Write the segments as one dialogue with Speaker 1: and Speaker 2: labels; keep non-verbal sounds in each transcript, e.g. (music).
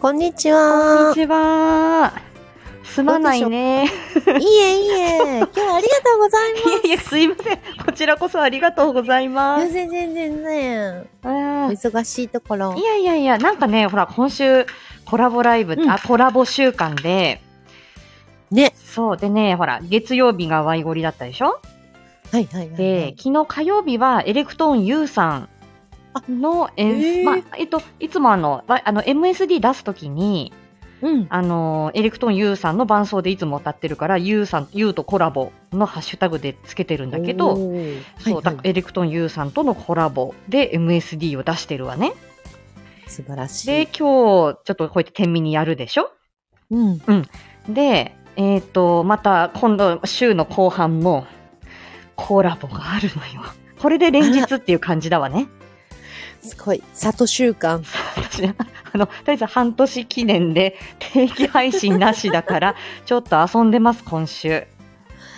Speaker 1: こんにち
Speaker 2: こんに
Speaker 1: は。
Speaker 2: ちは。すまないね。い
Speaker 1: いえいえ。今日はありがとうございます。
Speaker 2: や (laughs) いや、すいません。こちらこそありがとうござい (laughs) ます。
Speaker 1: 全然全然。お
Speaker 2: うん
Speaker 1: 忙しいところ
Speaker 2: い。やいやいや、なんかね、ほら、今週、コラボライブ、
Speaker 1: うん
Speaker 2: あ、コラボ週間で、
Speaker 1: ね。
Speaker 2: そう、でね、ほら、月曜日がワイゴリだったでしょ
Speaker 1: はいはいはい。
Speaker 2: で、、昨日火曜日は、エレクトーン U さんの
Speaker 1: へー
Speaker 2: 演奏、まあ、えっと、いつもあの、わあの、MSD 出すときに、
Speaker 1: うん。
Speaker 2: あのーエレクトーン U さんの伴奏でいつも歌ってるから U さん U とコラボのハッシュタグでつけてるんだけど、
Speaker 1: おー、
Speaker 2: そう
Speaker 1: はい
Speaker 2: だ
Speaker 1: は
Speaker 2: エレクトーン U さんとのコラボで MSD を出してるわね。
Speaker 1: い、素晴らし
Speaker 2: で
Speaker 1: い
Speaker 2: 今。日ちょっとこうやって天秤にやるでしょ
Speaker 1: うん。
Speaker 2: で、えっとまた今度週の後半もコラボがあるのよ。これで連日っていう感じだわね。
Speaker 1: すごい。里習
Speaker 2: (laughs)
Speaker 1: 慣。
Speaker 2: 私あのとりあえず半年記念で定期配信なしだからちょっと遊んでます今週。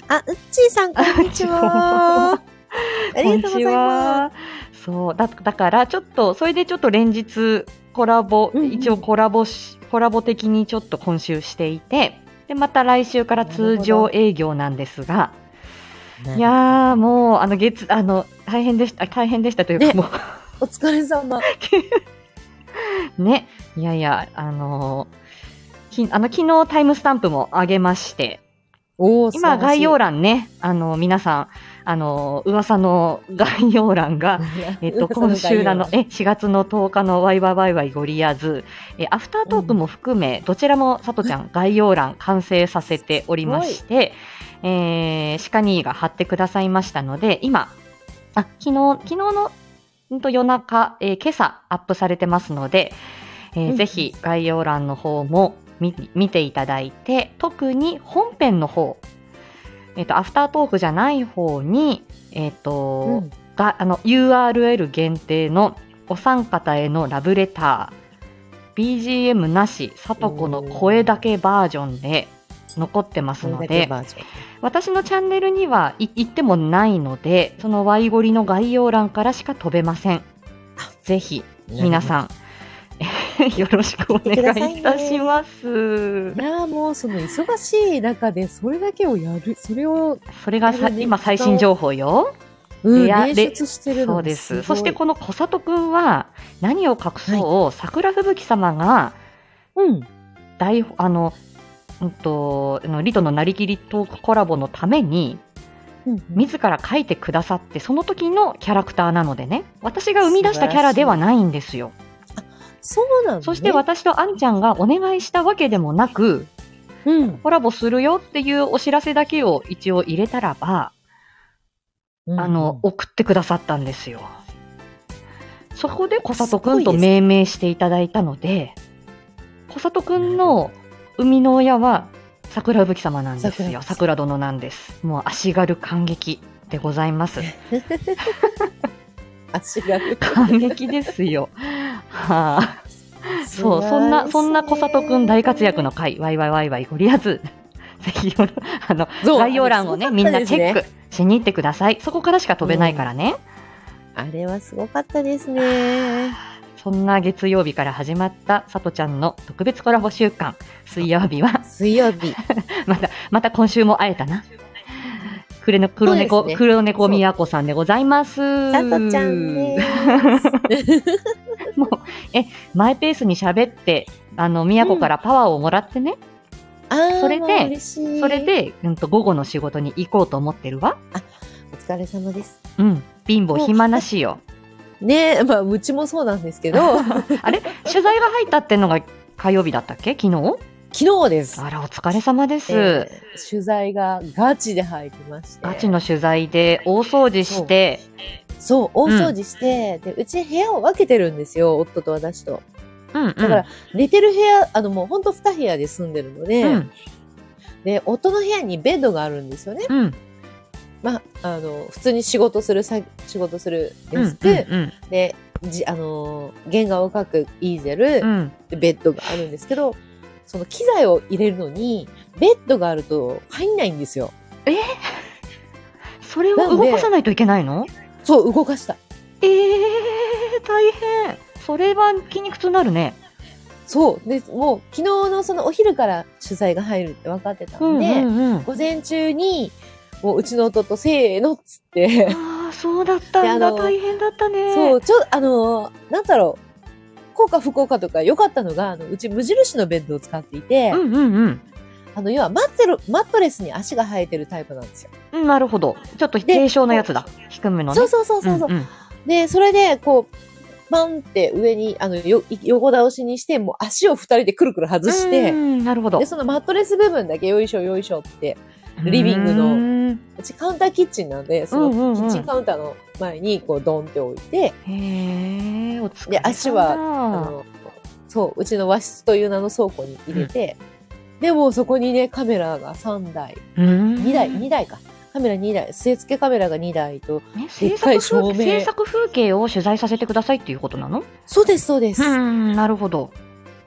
Speaker 1: あ、うっちーさん、こんにちは。 (laughs) ありがとうございま
Speaker 2: こんにちは。そうだだからちょっとそれでちょっと連日コラボ、
Speaker 1: うんうん
Speaker 2: 一応コラボしコラボ的にちょっと今週していてでまた来週から通常営業なんですが
Speaker 1: す。
Speaker 2: いやーもうあの月あの大変でした大変でしたというか、
Speaker 1: ね
Speaker 2: も
Speaker 1: お疲れ様。
Speaker 2: うねいやいやあのーきあの昨日タイムスタンプも上げまして
Speaker 1: おー
Speaker 2: 今概要
Speaker 1: 欄。
Speaker 2: 欄ねあの皆さんあの噂の概要欄が
Speaker 1: (laughs)
Speaker 2: えっと、今週なの、え、4月の10日のワイワイワイワイゴリアズ、え、アフタートークも含め、どちらもさとちゃん概要欄完成させておりまして、えー、シカニーが貼ってくださいましたので、今、あ、昨日、昨日の、んと夜中、えー今朝アップされてますので、えー
Speaker 1: うん
Speaker 2: ぜひ概要欄の方も見見ていただいて、特に本編の方、えっ、と、アフタートークじゃない方に、えっ、と、
Speaker 1: うん
Speaker 2: があの URL 限定のお三方へのラブレター BGM なしさとこの声だけバージョンで残ってます
Speaker 1: それ
Speaker 2: の
Speaker 1: だけ
Speaker 2: で
Speaker 1: バージョン
Speaker 2: 私のチャンネルにはい行ってもないのでそのワイゴリの概要欄からしか飛べませんぜひ皆さん (laughs) よろしくお願いいたします
Speaker 1: いやーもうその忙しい中でそれだけをやる、それを、
Speaker 2: それがさ今最新情報よ
Speaker 1: うん、
Speaker 2: いや
Speaker 1: 練習してるの
Speaker 2: そう
Speaker 1: が
Speaker 2: です
Speaker 1: ごい
Speaker 2: そしてこの小里くんは何を隠そう、桜吹雪様が
Speaker 1: うん。
Speaker 2: 大あのうんとあのリトのなりきりトークコラボのために
Speaker 1: うん
Speaker 2: 自ら書いてくださってその時のキャラクターなのでね私が生み出したキャラではないんですよ
Speaker 1: そうなの、ね、
Speaker 2: そして私とあんちゃんがお願いしたわけでもなく
Speaker 1: うん、
Speaker 2: コラボするよっていうお知らせだけを一応入れたらばあの、送ってくださったんですよ。そこで小里くんと
Speaker 1: すごいですね
Speaker 2: 命名していただいたので、小里くんの生みの親は桜吹様なんです
Speaker 1: 桜
Speaker 2: よ。
Speaker 1: 吹
Speaker 2: 桜殿なんです。もう足軽感激でございます。
Speaker 1: (laughs) 足が出て
Speaker 2: 感激ですよ。はあ、そう、そんな、そんな小里くん大活躍の。回、ワイワイワイワイゴリアズ。ぜひ、あの、
Speaker 1: そう
Speaker 2: 概要欄をね、みんなチェッ。
Speaker 1: あれすごかったですね
Speaker 2: クしに行ってください。そこからしか飛べないからね。
Speaker 1: あれはすごかったですね。
Speaker 2: そんな月曜日から始まったさとちゃんの特別コラボ週間。水曜日は、 (laughs)
Speaker 1: 水曜日。
Speaker 2: また、また今週も会えたな。くれの黒
Speaker 1: そ
Speaker 2: 猫、
Speaker 1: うですね
Speaker 2: 黒猫みやこさんでございます。
Speaker 1: さとちゃんで (laughs)
Speaker 2: もう、え、マイペースに喋って、あの、みやこからパワーをもらってね、
Speaker 1: あー
Speaker 2: それで
Speaker 1: まあ嬉しい
Speaker 2: それ、で、うんと、午後の仕事に行こうと思ってるわ。
Speaker 1: お疲れ様です。
Speaker 2: うん。貧乏暇なしよ。
Speaker 1: ねえ、まあ、うちもそうなんですけ (laughs) ど、
Speaker 2: あれ取材が入ったってのが火曜日だったっけ昨日
Speaker 1: 昨日です。
Speaker 2: あら、お疲れ様です。
Speaker 1: えー取材がガチで入りまして。
Speaker 2: ガチの取材で大掃除して、
Speaker 1: そう、大掃除して、で、うち部屋を分けてるんですよ、夫と私と。
Speaker 2: うんうん、
Speaker 1: だから、寝てる部屋、あの、もうほんと二部屋で住んでるので、
Speaker 2: うん
Speaker 1: で、夫の部屋にベッドがあるんですよね。
Speaker 2: うん、
Speaker 1: まあ、あの、普通に仕事する、さ仕事する
Speaker 2: う
Speaker 1: デ
Speaker 2: ん
Speaker 1: スク、
Speaker 2: うん
Speaker 1: で、じあのー、原画を描くイーゼル
Speaker 2: う、ん
Speaker 1: ベッドがあるんですけど、その機材を入れるのに、ベッドがあると入んないんですよ。
Speaker 2: それを
Speaker 1: なんで
Speaker 2: 動かさないといけないの
Speaker 1: そう、動かした。
Speaker 2: えー、大変それは筋肉痛になるね
Speaker 1: そう。で、もう昨日のそのお昼から取材が入るって分かってた
Speaker 2: うん
Speaker 1: で、
Speaker 2: んうんうん
Speaker 1: 午前中に、もううちの弟せーのっつって、
Speaker 2: ああ、そうだったん
Speaker 1: であ
Speaker 2: だ。
Speaker 1: の
Speaker 2: 大変だったね。
Speaker 1: そう、ちょ、あのーなんだろう、効か不効かとか良かったのが、あのうち無印のベッドを使っていて、
Speaker 2: うんうんうん
Speaker 1: あの、要はマッテル、マットレスに足が生えてるタイプなんですよ。
Speaker 2: うん。なるほど。ちょっと
Speaker 1: で
Speaker 2: 低床のやつだ。低めのね。
Speaker 1: そうそうそうそうそう。
Speaker 2: んん
Speaker 1: で、それで、こう、パンって上に、あの、よ、横倒しにして、もう足を二人でくるくる外して
Speaker 2: う、んなるほど
Speaker 1: で、。そのマットレス部分だけ、よいしょよいしょって、リビングの
Speaker 2: の。
Speaker 1: うちカウンターキッチンなんで、そ
Speaker 2: うんうん
Speaker 1: の
Speaker 2: うん
Speaker 1: キッチンカウンターの前に、こう、ドンって置いて、
Speaker 2: へえ、お疲れ
Speaker 1: で
Speaker 2: 様
Speaker 1: 足はあの、そう、うちの和室という名の倉庫に入れて、でもうそこにね、カメラが3台、2
Speaker 2: 2
Speaker 1: 台、2台か。カメラ2台、据え付けカメラが2台と、
Speaker 2: ね、
Speaker 1: で
Speaker 2: 制
Speaker 1: っか
Speaker 2: 作
Speaker 1: い
Speaker 2: 風
Speaker 1: 照明
Speaker 2: 制作風景を取材させてくださいっていうことなの
Speaker 1: そうです、そうです
Speaker 2: う。ん、なるほど。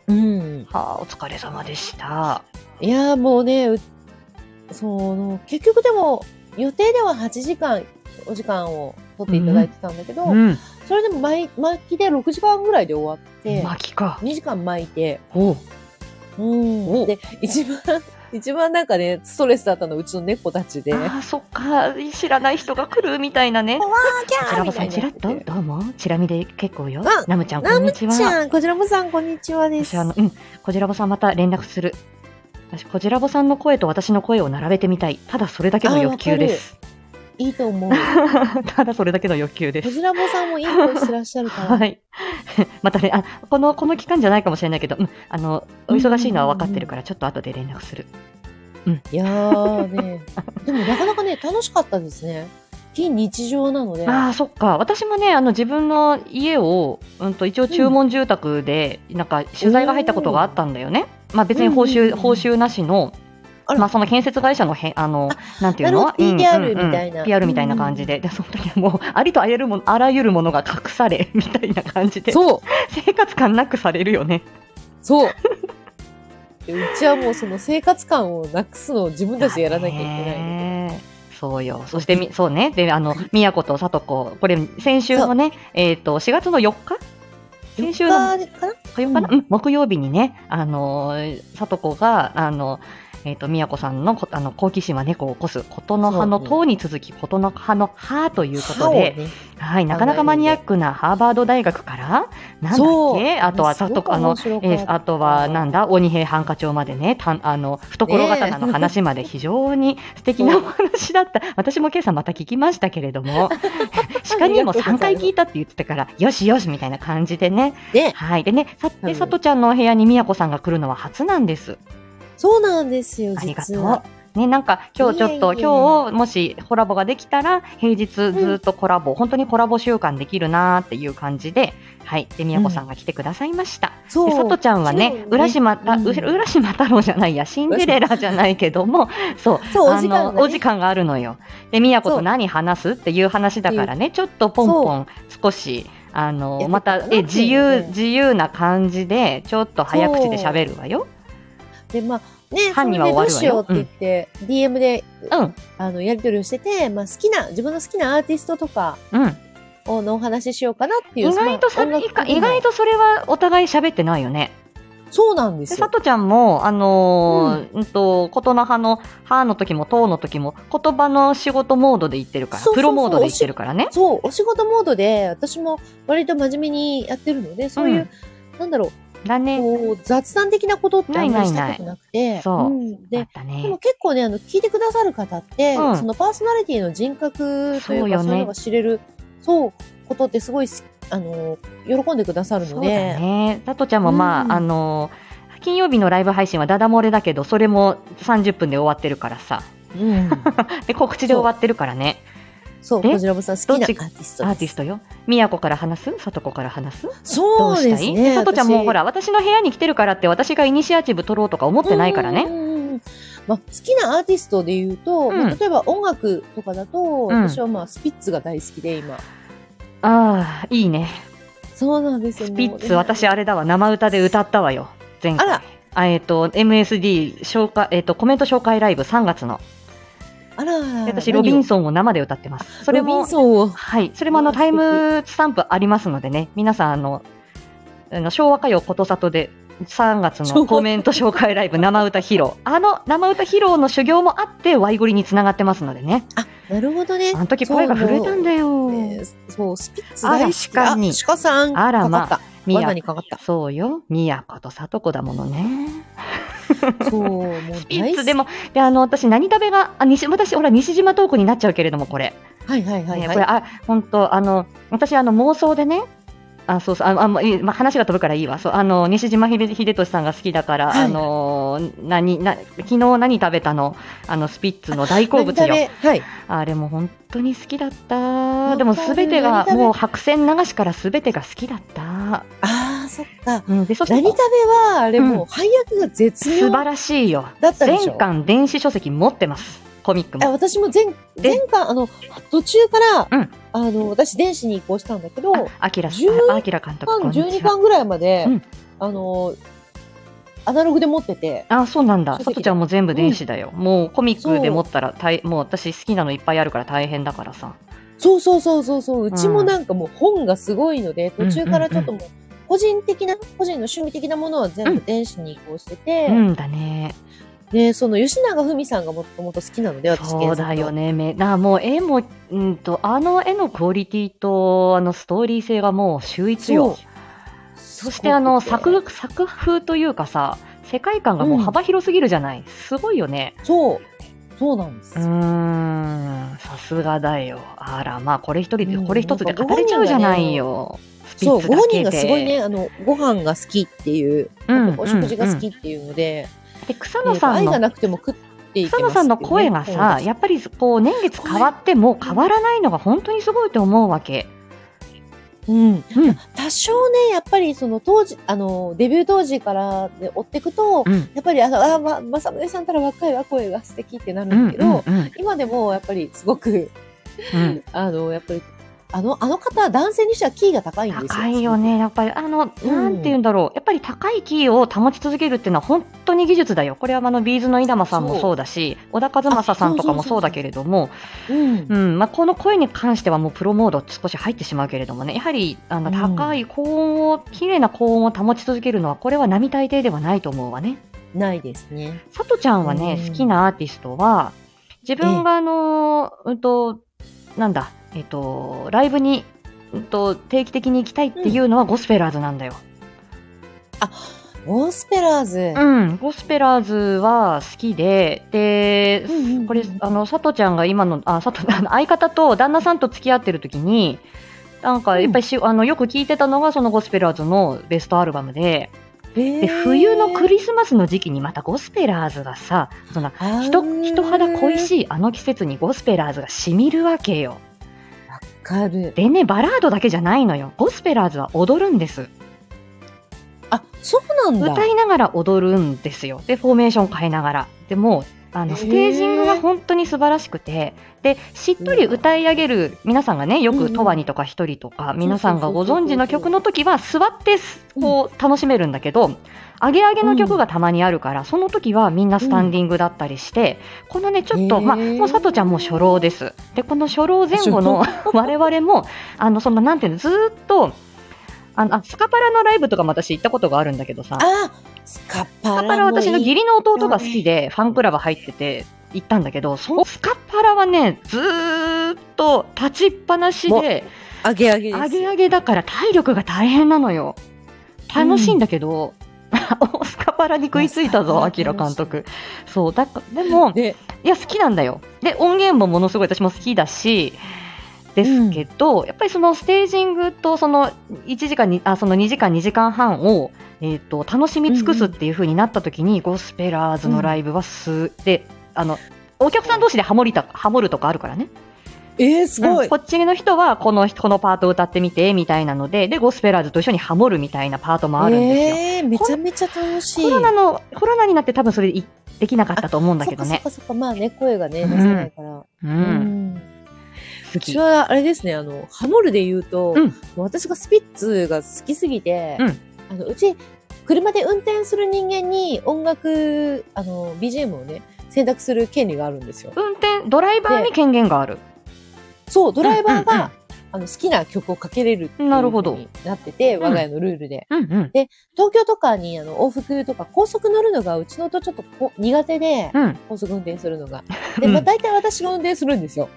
Speaker 1: うん。
Speaker 2: はあ、お疲れ様でした。
Speaker 1: いやーもうね、うその結局でも予定では8時間お時間を取っていただいてたんだけど、
Speaker 2: うん、
Speaker 1: それでも巻巻きで6時間ぐらいで終わって、
Speaker 2: 巻きか。
Speaker 1: 2時間巻いて、
Speaker 2: おう
Speaker 1: うん、で一番 (laughs) 一番なんかねストレスだったのはうちの猫たちで。
Speaker 2: ああ、そっか、知らない人が来るみたいなね。
Speaker 1: キ
Speaker 2: ちらばさん、ちらっと、どうも、ちらみで結構よ
Speaker 1: あ。
Speaker 2: ナムちゃん、こ
Speaker 1: なんむ
Speaker 2: にち
Speaker 1: ち
Speaker 2: は。
Speaker 1: ゃん、こちらもさん、こんにちはで
Speaker 2: 私
Speaker 1: す。
Speaker 2: あの、うん、こじらぼさんまた連絡する。私、こじらぼさんの声と私の声を並べてみたい。ただそれだけの欲求です。
Speaker 1: いいと思う。
Speaker 2: (laughs) ただそれだけの欲求で
Speaker 1: こ
Speaker 2: す。
Speaker 1: ちらもさんもいい声してらっしゃるから。
Speaker 2: (laughs) はい。またね、あ、この、この期間じゃないかもしれないけど、うん、あの、お忙しいのは分かってるから、ちょっと後で連絡する。
Speaker 1: いやーね、でもなかなかね、楽しかったですね。非日常なので。
Speaker 2: ああ、そっか。私もね、あの、自分の家を、うんと、一応注文住宅で、なんか、取材が入ったことがあったんだよね。まあ、別に報
Speaker 1: うんうん
Speaker 2: 酬、
Speaker 1: うん
Speaker 2: 報酬なしの、
Speaker 1: あら
Speaker 2: まあ、その建設会社のへん、あの、なんていうの
Speaker 1: なるほど PR
Speaker 2: うんうんうん
Speaker 1: みたいな
Speaker 2: PR みたいな感じで。で、その時はもう、 (laughs) ありとあらゆるもの、あらゆるものが隠され、みたいな感じで、
Speaker 1: そう、
Speaker 2: 生活感なくされるよね。
Speaker 1: そう。でうちはもうその生活感をなくすのを自分たちでやらなきゃいけないので。
Speaker 2: ない。そうよ。そしてみ、そうね。で、あの、宮子と里子、これ、先週のね、えっ、と、4月の4日先週の
Speaker 1: 4日かな
Speaker 2: 4日かな、うん木曜日にね、あのー、里子が、あの、えっ、と、宮子さんのこ、あの、好奇心は猫を起こす、ことの葉の
Speaker 1: そう
Speaker 2: 塔に続き、ことの葉の葉ということ
Speaker 1: 歯を
Speaker 2: で、
Speaker 1: ね
Speaker 2: はい、なかなかマニアックなハーバード大学から、なんだっ
Speaker 1: そう
Speaker 2: けあとは、
Speaker 1: す
Speaker 2: さ
Speaker 1: ご
Speaker 2: と
Speaker 1: く
Speaker 2: あの
Speaker 1: 面、白か
Speaker 2: え
Speaker 1: った
Speaker 2: ーあとは、なんだ、鬼平犯科帳までね、たんあの、懐刀の話まで
Speaker 1: (laughs)
Speaker 2: 非常に素敵なお話だった。私も今朝また聞きましたけれ
Speaker 1: (laughs)
Speaker 2: ども、鹿にも3回聞いたって言ってたから、よしよしみたいな感じでね。
Speaker 1: ね、
Speaker 2: はい。でね、さ、
Speaker 1: う
Speaker 2: で、
Speaker 1: ん
Speaker 2: さとちゃんのお部屋にみやこさんが来るのは初なんです。
Speaker 1: そうなんですよ、
Speaker 2: ありが
Speaker 1: 実
Speaker 2: と
Speaker 1: は。
Speaker 2: う。ね、なんか今日ちょっと
Speaker 1: いえいえ
Speaker 2: 今日もしコラボができたら平日ずっとコラボ、本当にコラボ習慣できるなーっていう感じで、はい、でみやこさんが来てくださいました。
Speaker 1: そう。
Speaker 2: でさとちゃんはね
Speaker 1: そう
Speaker 2: 浦島た、
Speaker 1: うん
Speaker 2: うら浦島太郎じゃないやシンデレラじゃないけどもそう
Speaker 1: そう、お
Speaker 2: あ
Speaker 1: 時間が、
Speaker 2: の
Speaker 1: ね。
Speaker 2: お時間があるのよで宮子
Speaker 1: そ
Speaker 2: と
Speaker 1: う
Speaker 2: 何話すっていう話だからねちょっとポンポン少しあ
Speaker 1: やって
Speaker 2: の
Speaker 1: た
Speaker 2: また
Speaker 1: かな
Speaker 2: え自
Speaker 1: そう
Speaker 2: 由
Speaker 1: ね
Speaker 2: 自由な感じでちょっと早口で喋るわよ。
Speaker 1: で、まあ、ね、そ
Speaker 2: 班
Speaker 1: れ
Speaker 2: に
Speaker 1: で
Speaker 2: は
Speaker 1: どうし
Speaker 2: 終
Speaker 1: よう
Speaker 2: わ
Speaker 1: っ
Speaker 2: る
Speaker 1: て
Speaker 2: わ
Speaker 1: 言
Speaker 2: よ
Speaker 1: って、DM で、
Speaker 2: うん
Speaker 1: あの、やり取りをしてて、まあ、好きな、自分の好きなアーティストとか
Speaker 2: うん、
Speaker 1: をのお話ししようかなってい
Speaker 2: 意
Speaker 1: う。
Speaker 2: 外とさ
Speaker 1: その音楽的な
Speaker 2: 意外とそれはお互い喋ってないよね。
Speaker 1: そうなんで
Speaker 2: ですさ
Speaker 1: よ。
Speaker 2: とちゃんも、あのーうんと、ことの葉の、葉の時も、とうの時も、言葉の仕事モードで言ってるから、
Speaker 1: そうそうそう
Speaker 2: プロモードで言ってるからね。
Speaker 1: そう、お仕事モードで、私も割と真面目にやってるので、そういう、なんだろ
Speaker 2: だ
Speaker 1: う、
Speaker 2: ね。
Speaker 1: こう、雑談的なことってあんまりし
Speaker 2: な
Speaker 1: た
Speaker 2: いない
Speaker 1: ことなくて、
Speaker 2: そうんだ
Speaker 1: で
Speaker 2: っ、た
Speaker 1: で
Speaker 2: ね
Speaker 1: も。結構ね、あの、聞いてくださる方って、
Speaker 2: うん
Speaker 1: そのパーソナリティの人格とい
Speaker 2: そう
Speaker 1: う
Speaker 2: よ
Speaker 1: か、
Speaker 2: ね
Speaker 1: そういうのが知れる、そう、ことってすごいす、あの、喜んでくださる
Speaker 2: そ
Speaker 1: の
Speaker 2: うだ
Speaker 1: で、
Speaker 2: ね。さとちゃんも、まあ、
Speaker 1: うん
Speaker 2: あのー金曜日のライブ配信はダダ漏れだけど、それも30分で終わってるからさ。
Speaker 1: うん。
Speaker 2: で、告知で終わってるからね。
Speaker 1: (laughs) そう、
Speaker 2: で
Speaker 1: こちらもさん好きなアー
Speaker 2: どっ
Speaker 1: テ
Speaker 2: ち
Speaker 1: ィスト
Speaker 2: アー
Speaker 1: で
Speaker 2: ティス
Speaker 1: す。
Speaker 2: トよ。みやこから話すさとこから話すどう
Speaker 1: そう
Speaker 2: し
Speaker 1: で
Speaker 2: た
Speaker 1: す
Speaker 2: い
Speaker 1: ね。
Speaker 2: でさとちゃん
Speaker 1: 私
Speaker 2: も、ほら、私の部屋に来てるからって、私がイニシアチブ取ろうとか思ってないからね。
Speaker 1: うんうんうんまあ、好きなアーティストで言うと、
Speaker 2: うん
Speaker 1: まあ例えば音楽とかだと、
Speaker 2: ん
Speaker 1: 私はまあスピッツが大好きで今。
Speaker 2: ああ、いいね。
Speaker 1: そうなんですよ。
Speaker 2: スピッツ、
Speaker 1: もう
Speaker 2: 私、あれだわ、生歌で歌ったわよ、前回。
Speaker 1: あら
Speaker 2: あえっ、と、MSD 紹介、えっ、と、コメント紹介ライブ3月の。
Speaker 1: あらあら
Speaker 2: で私、ロビン
Speaker 1: ソ
Speaker 2: ソンを生で歌ってます。そ
Speaker 1: ン。
Speaker 2: れ
Speaker 1: ロビン
Speaker 2: も、
Speaker 1: ソンを。
Speaker 2: はい、それもあの、
Speaker 1: うわ
Speaker 2: タイムスタンプありますのでね、皆さん、あの、あの昭和歌謡ことさとで3月のコメント紹介ライブ生歌披露。あの生歌披露の修行もあって、ワイゴリにつながってますのでね。
Speaker 1: あ、なるほどね。
Speaker 2: あの時声が震えたんだよ。
Speaker 1: ねそう、スピッツ
Speaker 2: あら
Speaker 1: 大好き。
Speaker 2: 鹿に
Speaker 1: あ鹿さん。
Speaker 2: あらま
Speaker 1: かかっ
Speaker 2: み
Speaker 1: 罠
Speaker 2: や
Speaker 1: にかかった
Speaker 2: そうよ。みやことさとこだものね。
Speaker 1: た。 (laughs) そう、もう
Speaker 2: い
Speaker 1: 大好
Speaker 2: つ
Speaker 1: き。
Speaker 2: でも、で、あの、私、何食べが、あ、西、私、ほら、西島トークになっちゃうけれども、これ。
Speaker 1: はいはいはい
Speaker 2: ね
Speaker 1: はい。
Speaker 2: これ、あ、本当あの、私、あの、妄想でね、あ、そうそう、あ、あもういいまあ、話が飛ぶからいいわ。そう、あの、西島秀秀俊さんが好きだから、
Speaker 1: はい
Speaker 2: あの、何、な、昨日何食べたの、あの、スピッツの大好物
Speaker 1: 何食
Speaker 2: よ。
Speaker 1: べはい。
Speaker 2: あれも本当に好きだっ
Speaker 1: か
Speaker 2: た。
Speaker 1: る
Speaker 2: でも、すべて
Speaker 1: 何
Speaker 2: が、
Speaker 1: 食べ
Speaker 2: もう白線流しからすべてが好きだった。
Speaker 1: ああ、そっか。
Speaker 2: うん、で、そして
Speaker 1: 何、食べは、あれもう配役が絶
Speaker 2: 素
Speaker 1: 妙。
Speaker 2: 晴らしいよ。
Speaker 1: だったでしょ
Speaker 2: 全巻電子書籍持ってます。コミック
Speaker 1: あ
Speaker 2: も。
Speaker 1: 私も前、
Speaker 2: で
Speaker 1: 前回、あの、途中から、
Speaker 2: うん
Speaker 1: あの、私、電子に移行したんだけど、
Speaker 2: ああきら、
Speaker 1: 12
Speaker 2: ああきら監督、こんにちは
Speaker 1: 12巻ぐらいまで、
Speaker 2: うん
Speaker 1: あの、アナログで持ってて、
Speaker 2: あ、そうなんだ。
Speaker 1: 書籍
Speaker 2: さとちゃんも全部電子だよ。もうコミックで持ったら大、もう私好きなのいっぱいあるから大変だからさ。
Speaker 1: そうそうそうそうそう、うちも
Speaker 2: うん
Speaker 1: なんかもう本がすごいので、途中からちょっともう、個人的な、個人の趣味的なものは全
Speaker 2: う
Speaker 1: 部電子に移行してて、
Speaker 2: うんだね。
Speaker 1: で、その吉永文さんがもともと好きなので、私、
Speaker 2: そうだよ
Speaker 1: ね。
Speaker 2: ね。めなもう絵も、うんと、あの絵のクオリティと、あのストーリー性がもう秀逸よ
Speaker 1: そ。
Speaker 2: そ
Speaker 1: そ
Speaker 2: してあの作、作風というかさ、世界観がもう幅広すぎるじゃない。すごいよね。
Speaker 1: そう、そうなんです。
Speaker 2: うーん、さすがだよ。あら、まあこれ一人で、
Speaker 1: うん
Speaker 2: これ一つで語れちゃうじゃないよ。スピ
Speaker 1: そ
Speaker 2: ッ
Speaker 1: う、
Speaker 2: ツ
Speaker 1: ご
Speaker 2: だ
Speaker 1: 本
Speaker 2: け
Speaker 1: 人
Speaker 2: で。
Speaker 1: がすごいね、あの、ご飯が好きっていう、
Speaker 2: うん
Speaker 1: お食事が好
Speaker 2: うん
Speaker 1: きっていうので、
Speaker 2: で草
Speaker 1: え
Speaker 2: 野
Speaker 1: ーと
Speaker 2: さん
Speaker 1: 愛
Speaker 2: の
Speaker 1: がなくても食っていけますっていうね
Speaker 2: 草野さんの声がさ、やっぱりこう年月変わっても変わらないのが本当にすごいと思うわけ。
Speaker 1: うん。
Speaker 2: うん、
Speaker 1: 多少ね、やっぱりその当時、あの、デビュー当時からで追っていくと、
Speaker 2: うん、
Speaker 1: やっぱりあの、あ、ま、まさむねさんたら若いわ、声が素敵ってなる
Speaker 2: うん、うん
Speaker 1: だけど、
Speaker 2: ん、うん
Speaker 1: 今でもやっぱりすごく、
Speaker 2: うん。
Speaker 1: あの、やっぱり、あの、あの方、男性にしてはキーが高いんですよ。
Speaker 2: 高いよ。ね、やっぱり、あの、
Speaker 1: うん
Speaker 2: なんて言うんだろう、やっぱり高いキーを保ち続けるっていうのは本当に技術だよ。これはあの、ビーズの稲葉さんもそうだし、小田和正さんとかもそうだけれども、
Speaker 1: うん。
Speaker 2: うん、まあ、この声に関してはもうプロモード少し入ってしまうけれどもね、やはり、あ
Speaker 1: う
Speaker 2: の、
Speaker 1: ん
Speaker 2: 高い高音を、綺麗な高音を保ち続けるのは、これは並大抵ではないと思うわね。
Speaker 1: ないですね。
Speaker 2: さとちゃんはね、
Speaker 1: うん
Speaker 2: 好きなアーティストは、自分があのー、うんと、なんだ、えっと、ライブに、うんと、定期的に行きたいっていうのはゴスペラーズなんだよ。
Speaker 1: ゴスペラーズ
Speaker 2: う。ん、ゴスペラーズは好きで、で、
Speaker 1: うんうんうん
Speaker 2: これ、あの、さとちゃんが今の、あ、さと、あの相方と旦那さんと付き合ってる時に、なんか、やっぱりし、あの、よく聞いてたのが、そのゴスペラーズのベストアルバムで、で、
Speaker 1: で
Speaker 2: 冬のクリスマスの時期にまたゴスペラーズがさ、その、人人肌恋
Speaker 1: い。
Speaker 2: しいあの季節にゴスペラーズが染みるわけよ。
Speaker 1: わかる。
Speaker 2: でね、バラードだけじゃないのよ。ゴスペラーズは踊るんです。
Speaker 1: あ、そうなんだ。
Speaker 2: 歌いながら踊るんですよ。で、フォーメーション変えながら。でもう、あ
Speaker 1: へ
Speaker 2: の、
Speaker 1: ー
Speaker 2: ステージングが本当に素晴らしくて、で、しっとり歌い上げる、皆さんがね、よ
Speaker 1: うんう
Speaker 2: く
Speaker 1: ん
Speaker 2: とわにとかひとりとか、
Speaker 1: う
Speaker 2: 皆さんがご存知の曲の時は、座ってす、こう、楽しめるんだけど、上げ上げの曲がたまにあるから、その時はみんなスタンディングだったりして、このね、ちょっと、
Speaker 1: へー
Speaker 2: まあ、もう佐藤ちゃんも初老です。で、この初老前後の (laughs) 我々も、あの、その、なんていうの、ずーっと、あのあスカパラのライブとかも私行ったことがあるんだけどさ、
Speaker 1: あ、スカッパラ
Speaker 2: ス
Speaker 1: も
Speaker 2: カ
Speaker 1: いい。
Speaker 2: パラは私の義理の弟が好きで、ファンクラブ入ってて行ったんだけど、そのスカパラはね、ずーっと立ちっぱなし
Speaker 1: も
Speaker 2: で、
Speaker 1: あげあげです。
Speaker 2: あげあげだから体力が大変なのよ。楽しいんだけど、 (laughs) おスカパラに食いついたぞ、
Speaker 1: まあ
Speaker 2: ア
Speaker 1: スカ
Speaker 2: キ
Speaker 1: パラ
Speaker 2: ラ監督。そう、だかでも、
Speaker 1: で、
Speaker 2: いや、好きなんだよ。で、音源もものすごい私も好きだし、ですけど、やっぱりそのステージングとその1時間に、あ、その2時間、2時間半を、えっ、と、楽しみ尽くすっていう風になった時に、ゴスペラーズのライブはす、で、あの、お客さん同士でハモりた、ハモるとかあるからね。
Speaker 1: えー、すご
Speaker 2: うん
Speaker 1: い。
Speaker 2: こっちの人はこの、このパートを歌ってみて、みたいなので、で、ゴスペラーズと一緒にハモるみたいなパートもあるんですよ。
Speaker 1: えーめちゃめちゃ楽しい。
Speaker 2: コロナの、コロナになって多分それいできなかったと思うんだけど
Speaker 1: そ
Speaker 2: ね
Speaker 1: っ。かそっかそっか、まあね、声がね、出せないから。
Speaker 2: う。
Speaker 1: うんん。
Speaker 2: 好
Speaker 1: う
Speaker 2: き
Speaker 1: ち。は、あれですね、あの、ハモるで言うと、
Speaker 2: うん
Speaker 1: もう私がスピッツが好きすぎて、
Speaker 2: うん
Speaker 1: あの、うち、車で運転する人間に音楽、あの、BGM をね、選択する権利があるんですよ。
Speaker 2: 運転ドライバーに権限がある
Speaker 1: そう、ドライバーが、
Speaker 2: うんうんうん
Speaker 1: あの好きな曲をかけれるっていう
Speaker 2: なるほど
Speaker 1: ふうになってて、
Speaker 2: ん
Speaker 1: 我が家のルールで。
Speaker 2: うんうん。
Speaker 1: 東京とかにあの往復とか高速乗るのがうちのとちょっとこ苦手で、
Speaker 2: うん。
Speaker 1: 高速運転する
Speaker 2: (laughs)
Speaker 1: のが。
Speaker 2: う
Speaker 1: で、
Speaker 2: ん
Speaker 1: まあ、大体私が運転するんですよ。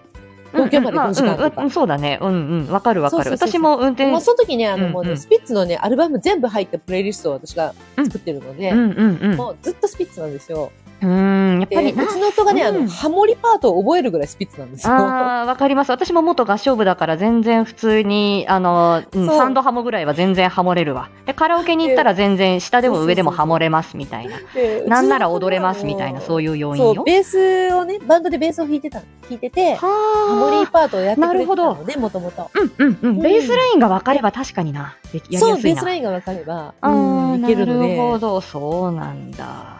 Speaker 1: 東京まで5時間とか
Speaker 2: うんうんうんそうだね。うんうん。わかるわかる。
Speaker 1: そうそうそうそう
Speaker 2: 私も運転。
Speaker 1: まあ、その時ね、あ
Speaker 2: う
Speaker 1: の、
Speaker 2: ん
Speaker 1: もうね
Speaker 2: うん
Speaker 1: スピッツのね、アルバム全部入ったプレイリストを私が作ってるので、
Speaker 2: うんうんうん。
Speaker 1: もうずっとスピッツなんですよ。
Speaker 2: うーん、やっ
Speaker 1: で、
Speaker 2: ぱり
Speaker 1: う
Speaker 2: な。
Speaker 1: ちの夫がね、あ
Speaker 2: う
Speaker 1: の、
Speaker 2: ん
Speaker 1: ハモリパートを覚えるぐらいスピッツなんですよ。 (laughs)
Speaker 2: ああ、わかります。私も元合唱部だから全然普通に、あの、うん
Speaker 1: そう
Speaker 2: サンドハモぐらいは全然ハモれるわ。で、カラオケに行ったら全然下でも上でもハモれますみたいな。
Speaker 1: で
Speaker 2: なんなら踊れますみたいな、そう
Speaker 1: いう
Speaker 2: いう要因
Speaker 1: そ
Speaker 2: よ。
Speaker 1: う、ベースをね、バンドでベースを弾いてた、弾いてて、ハモリ
Speaker 2: はあ。
Speaker 1: パートをやってくれてた
Speaker 2: なるほ
Speaker 1: ので、もともと。
Speaker 2: うんうんうん。ベースラインが分かれば確かにな。できやり
Speaker 1: そ
Speaker 2: や
Speaker 1: う、
Speaker 2: す
Speaker 1: ベ
Speaker 2: い
Speaker 1: ース
Speaker 2: な
Speaker 1: ラ。インがわかれば、
Speaker 2: あ
Speaker 1: う
Speaker 2: ー
Speaker 1: んいけるの
Speaker 2: なるほ
Speaker 1: で。
Speaker 2: ど、そうなんだ。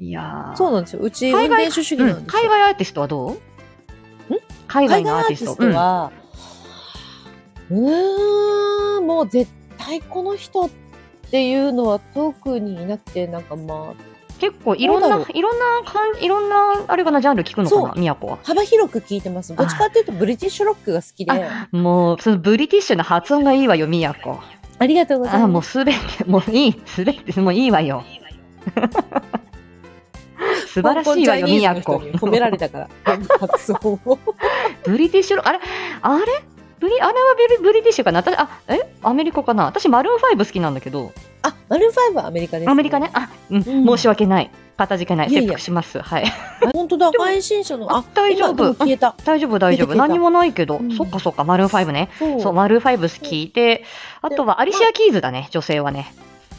Speaker 2: いやー
Speaker 1: そうなんですよ。うち、運
Speaker 2: 海外
Speaker 1: 転手主義な
Speaker 2: うんん
Speaker 1: ですよ
Speaker 2: 海。外アーティストはどう
Speaker 1: 海
Speaker 2: 海外
Speaker 1: 外
Speaker 2: の
Speaker 1: ア
Speaker 2: ア
Speaker 1: ー
Speaker 2: ー
Speaker 1: テ
Speaker 2: テ
Speaker 1: ィ
Speaker 2: ィ
Speaker 1: ス
Speaker 2: ス
Speaker 1: ト
Speaker 2: ト。
Speaker 1: は、うーん、もう絶対この人っていうのは特にいなくて、なんかまあ、
Speaker 2: うん結構いろん
Speaker 1: どうだ
Speaker 2: な
Speaker 1: ろ、
Speaker 2: いろんなかん、いろんな、あれかな、ジャンル聞くの
Speaker 1: そ
Speaker 2: か
Speaker 1: う
Speaker 2: な、みやこは。
Speaker 1: 幅広く聞いてます。どっちかっていうと、ブリティッシュロックが好きで、あ
Speaker 2: あもう、そのブリティッシュの発音がいいわよ、みやこ。
Speaker 1: りがとうござい
Speaker 2: あ、も
Speaker 1: ま
Speaker 2: う
Speaker 1: す。
Speaker 2: すべて、もういい、すべて、もういい
Speaker 1: (laughs)
Speaker 2: わよ。素晴らしいわよ、みやこ。
Speaker 1: 褒められた (laughs) から、発音を。
Speaker 2: ブリティッシュロあれあれブリあれはブリブリティッシュかな私、あ、えアメリカかな私、マルーン5好きなんだけど、
Speaker 1: あ、マルーン5はアメリカです、
Speaker 2: アメリカね。。あ、うん、
Speaker 1: うん
Speaker 2: 申し訳ない。かたじけない。
Speaker 1: いやいや
Speaker 2: 切腹します。 (laughs) はい。
Speaker 1: あ本当だ、配信者の、あ、
Speaker 2: 大丈夫
Speaker 1: 今でも消えた。
Speaker 2: 大丈夫、大丈夫。
Speaker 1: 出てた
Speaker 2: 何もないけど、
Speaker 1: うん
Speaker 2: そっかそっか、マルーン5ね。
Speaker 1: そう
Speaker 2: そう、マルーン5好きで、あとはアリシア・キーズだね、女性はね。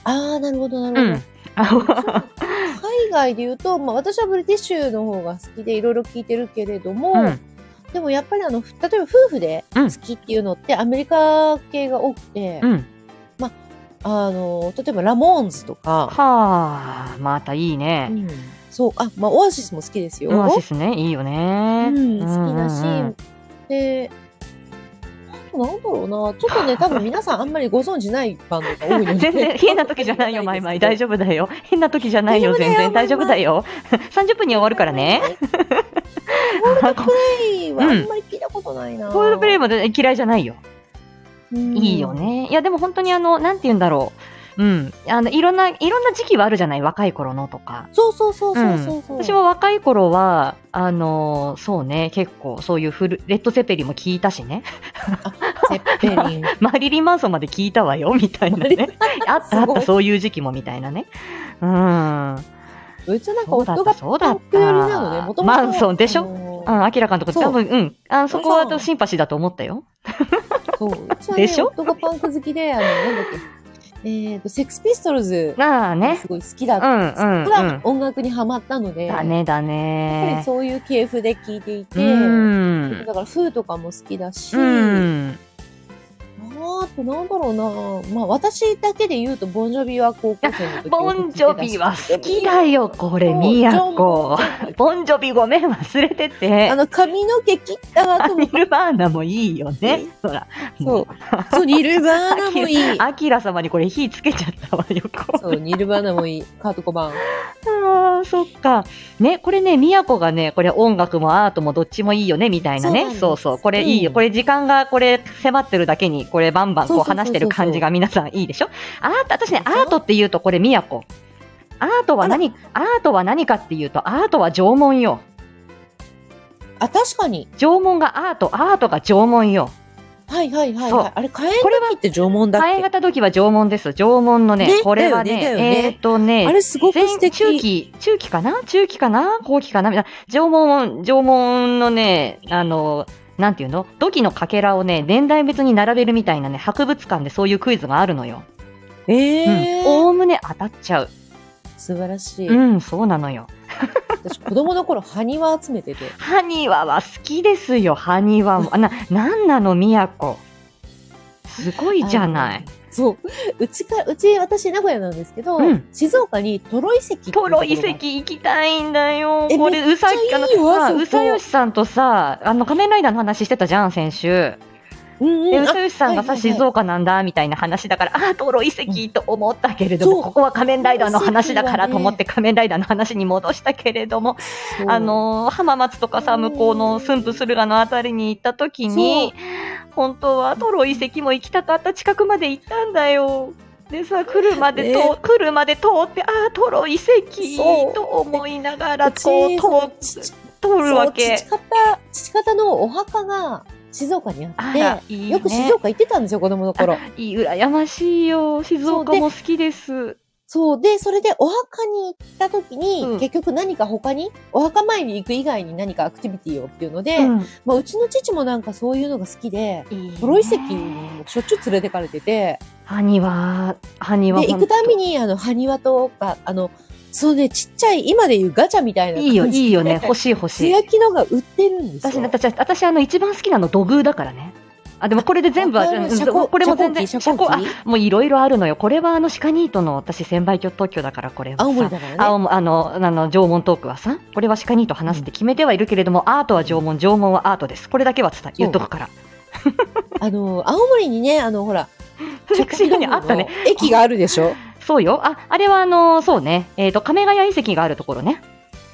Speaker 1: ああ、なるほど、なる
Speaker 2: う (laughs)
Speaker 1: ほど。
Speaker 2: ん。あ
Speaker 1: 海外で言うと、まあ、私はブリティッシュの方が好きでいろいろ聞いてるけれども、
Speaker 2: うん
Speaker 1: でもやっぱりあのふ例えば夫婦で
Speaker 2: うん
Speaker 1: 好きっていうのってアメリカ系が多くて、
Speaker 2: うん。
Speaker 1: あの例えばラモーンズとか、
Speaker 2: はあ、またいいね。
Speaker 1: うんそうあまあオアシスも好きですよ。
Speaker 2: オアシスね、いいよね。
Speaker 1: うん、好きだし、
Speaker 2: うんうん
Speaker 1: であとなんだろうなちょっと
Speaker 2: (laughs)
Speaker 1: ね多分皆さんあんまりご存知ないバンドが多いので
Speaker 2: 全 (laughs) 然変な時じゃないよ、マイマイ。大丈夫だよ。変な時じゃないよ、全然。
Speaker 1: 大
Speaker 2: 大
Speaker 1: 丈
Speaker 2: 丈
Speaker 1: 夫
Speaker 2: 夫
Speaker 1: だ
Speaker 2: だよ。30分に終 (laughs) わるからね。
Speaker 1: コールドプレイはあんまり聞いたことないな、
Speaker 2: コールドプレイもね嫌いじゃないよ。
Speaker 1: うん
Speaker 2: いいよね。いや、でも本当にあの、なんて言うんだろう。うん。あの、いろんな、いろんな時期はあるじゃない若い頃のとか。
Speaker 1: そうそうそう
Speaker 2: う
Speaker 1: そうんそうそう、
Speaker 2: 私も若い頃は、あのーそうね、結構そういうフル、レッド・セペリも聞いたしね、 (laughs)
Speaker 1: セッペリン。
Speaker 2: マリリン・マンソンまで聞いたわよ、みたいな
Speaker 1: マリリ
Speaker 2: ね。
Speaker 1: (laughs)
Speaker 2: あった
Speaker 1: す
Speaker 2: あっ
Speaker 1: ご
Speaker 2: た、
Speaker 1: い
Speaker 2: そういう時期もみたいなね。うん。
Speaker 1: うちなんか
Speaker 2: そうだ
Speaker 1: 夫
Speaker 2: っ
Speaker 1: がパ
Speaker 2: た、そうだ
Speaker 1: ン
Speaker 2: っ
Speaker 1: ク
Speaker 2: た。
Speaker 1: 寄りなので、もともと。
Speaker 2: マンソンでし
Speaker 1: あ
Speaker 2: ょ
Speaker 1: の
Speaker 2: うん、明らかのとこ、
Speaker 1: そう
Speaker 2: 多分、うん。あそこ
Speaker 1: そうそう
Speaker 2: はシンパシーだと思ったよ。
Speaker 1: そう。うちは
Speaker 2: で
Speaker 1: ね、
Speaker 2: しょ
Speaker 1: 夫がパンク好きで、あの、なんだっけ。えっと、セックスピストルズ
Speaker 2: なあ
Speaker 1: が
Speaker 2: ね
Speaker 1: す。ごい好きだ
Speaker 2: う
Speaker 1: った。
Speaker 2: ん、うん、
Speaker 1: か
Speaker 2: う
Speaker 1: ら
Speaker 2: ん。
Speaker 1: 音楽にハマったので、
Speaker 2: だね、だ
Speaker 1: やっぱり
Speaker 2: ね。
Speaker 1: そういう系譜で聴いていうて、
Speaker 2: ん
Speaker 1: だ。からフーとかも好きだし、
Speaker 2: う
Speaker 1: あ
Speaker 2: ん。
Speaker 1: ーあとなんだろうな、まあ私だけで言うと、ボンジョビは高校生の時
Speaker 2: ボンジョビは好きだ
Speaker 1: よ。
Speaker 2: よ、これ、
Speaker 1: そう
Speaker 2: みや
Speaker 1: ジョンボ
Speaker 2: こ。ボンジョビごめん、忘れてて。
Speaker 1: あの髪の毛切った後
Speaker 2: ニ
Speaker 1: も、
Speaker 2: ルバーナもいいよね。ほら。
Speaker 1: そう。そう、ニルバーナもい
Speaker 2: (laughs)
Speaker 1: い。
Speaker 2: アキラ様にこれ火つけちゃったわよ、こ
Speaker 1: そう、ニルバーナもいい。カート・コバーン。
Speaker 2: あーそっか。ね、これね、みやこがね、これ音楽もアートもどっちもいいよね、みたい
Speaker 1: そ
Speaker 2: な
Speaker 1: うなん
Speaker 2: ね。
Speaker 1: です
Speaker 2: そうそう。これいいよ。
Speaker 1: うん
Speaker 2: これ時間がこれ迫ってるだけに、これバンバン
Speaker 1: そ
Speaker 2: こ
Speaker 1: う
Speaker 2: う
Speaker 1: そうそうそう
Speaker 2: 話してる感じが皆さんいいでしょアート、私ね、
Speaker 1: そうそう
Speaker 2: アートって言うとこれみやこ。アートは何、アートは何かっていうと、アートは縄文よ。
Speaker 1: あ、確かに。
Speaker 2: 縄文がアート、アートが縄文よ。
Speaker 1: はいはいはい、
Speaker 2: そ。
Speaker 1: はいうあれ、火炎
Speaker 2: これは
Speaker 1: 時って縄文だっ
Speaker 2: 変え
Speaker 1: け
Speaker 2: 型時は縄文です。縄文のね、
Speaker 1: ね
Speaker 2: これは
Speaker 1: だよ
Speaker 2: ね、
Speaker 1: ねだよね
Speaker 2: えっ、とね、
Speaker 1: あれ、すごく
Speaker 2: 前
Speaker 1: 素敵。
Speaker 2: 中期、中期かな中期かな後期かなみたいな。縄文、縄文のね、あの、なんていうの土器のかけらをね、年代別に並べるみたいなね、博物館でそういうクイズがあるのよ。
Speaker 1: えー
Speaker 2: おおむね当たっちゃう。
Speaker 1: 素晴らしい。
Speaker 2: うん、そうなのよ。
Speaker 1: 私、子供の頃、埴輪集めてて。
Speaker 2: ハニワは好きですよ、ハニワも。あな、なんなの、都。すごいじゃない。
Speaker 1: あの。そう。うちか、うち、私、名古屋なんですけど、
Speaker 2: うん
Speaker 1: 静岡にトロ遺跡っていうとこ
Speaker 2: ト
Speaker 1: ろが
Speaker 2: ロ遺跡行きたいんだよ。
Speaker 1: え
Speaker 2: こ
Speaker 1: め
Speaker 2: れ、うさ
Speaker 1: めっちゃ
Speaker 2: あの
Speaker 1: いいわ
Speaker 2: さ
Speaker 1: そこ
Speaker 2: うさよしさんとさ、あの、仮面ライダーの話してたじゃん、先週。
Speaker 1: うん
Speaker 2: で、
Speaker 1: うん。
Speaker 2: う
Speaker 1: あ
Speaker 2: さよしさん
Speaker 1: は
Speaker 2: がさ、
Speaker 1: いはいはい
Speaker 2: 静岡なんだ、みたいな話だから、ああ、トロ遺跡と思ったけれど
Speaker 1: そう
Speaker 2: も、ここは仮面ライダーの話だからと思って、
Speaker 1: ト
Speaker 2: 仮面ライダーの話に戻したけれども、
Speaker 1: そう
Speaker 2: あのー、浜松とかさ、向こうの駿府駿河のあたりに行った時に、本当はトロ遺跡も行きたかった近くまで行ったんだよ。でさ車でと、
Speaker 1: ね
Speaker 2: 車で通ってああトロ遺
Speaker 1: そう
Speaker 2: 跡と思いながらこう
Speaker 1: ち
Speaker 2: 通通るわけ
Speaker 1: そう父。方、父方のお墓が静岡にあっ
Speaker 2: あ
Speaker 1: て、
Speaker 2: らいいね。
Speaker 1: よく静岡行ってたんですよ、子供の頃。
Speaker 2: いい羨ましいよ。静岡も好きです。
Speaker 1: そう。で、それでお墓に行った時に、
Speaker 2: うん
Speaker 1: 結局何か他に、お墓参り行く以外に何かアクティビティをっていうので、う
Speaker 2: うん
Speaker 1: まあ、うちの父もなんかそういうのが好きで、
Speaker 2: いいね
Speaker 1: トロ遺跡にもしょっちゅう連れてかれてて、
Speaker 2: ハニワ、ハニワ
Speaker 1: で、行くたびに、あの、埴輪とか、あの、そのね、ちっちゃい、今でいうガチャみたいな感じ
Speaker 2: いいよ、
Speaker 1: で
Speaker 2: いいよね。欲しい欲し
Speaker 1: 素
Speaker 2: い。
Speaker 1: 焼きのが売ってるんですよ。
Speaker 2: 私、私、私、あの、一番好きなの土偶だからね。あ、でもこれで全部は、
Speaker 1: あ
Speaker 2: うん
Speaker 1: 車高
Speaker 2: これも全然、
Speaker 1: 車
Speaker 2: 車
Speaker 1: 高
Speaker 2: 高、
Speaker 1: 機
Speaker 2: あ、もういろいろあるのよ。これはあの、鹿ニートの私、専売特許だから、これはさ。
Speaker 1: 青森だからね。
Speaker 2: 青森あの、あの、縄文トークはさ、これは鹿ニート話すって決めてはいるけれども、アートは縄文、縄文はアートです。これだけは伝え、言っとくから。
Speaker 1: あの、青森にね、あの、ほ
Speaker 2: (laughs)
Speaker 1: ら、
Speaker 2: 私にあったね。。
Speaker 1: 駅があるでしょ
Speaker 2: そうよ。あ、あれはあの、そうね。えっ、と、亀ヶ谷遺跡があるところね。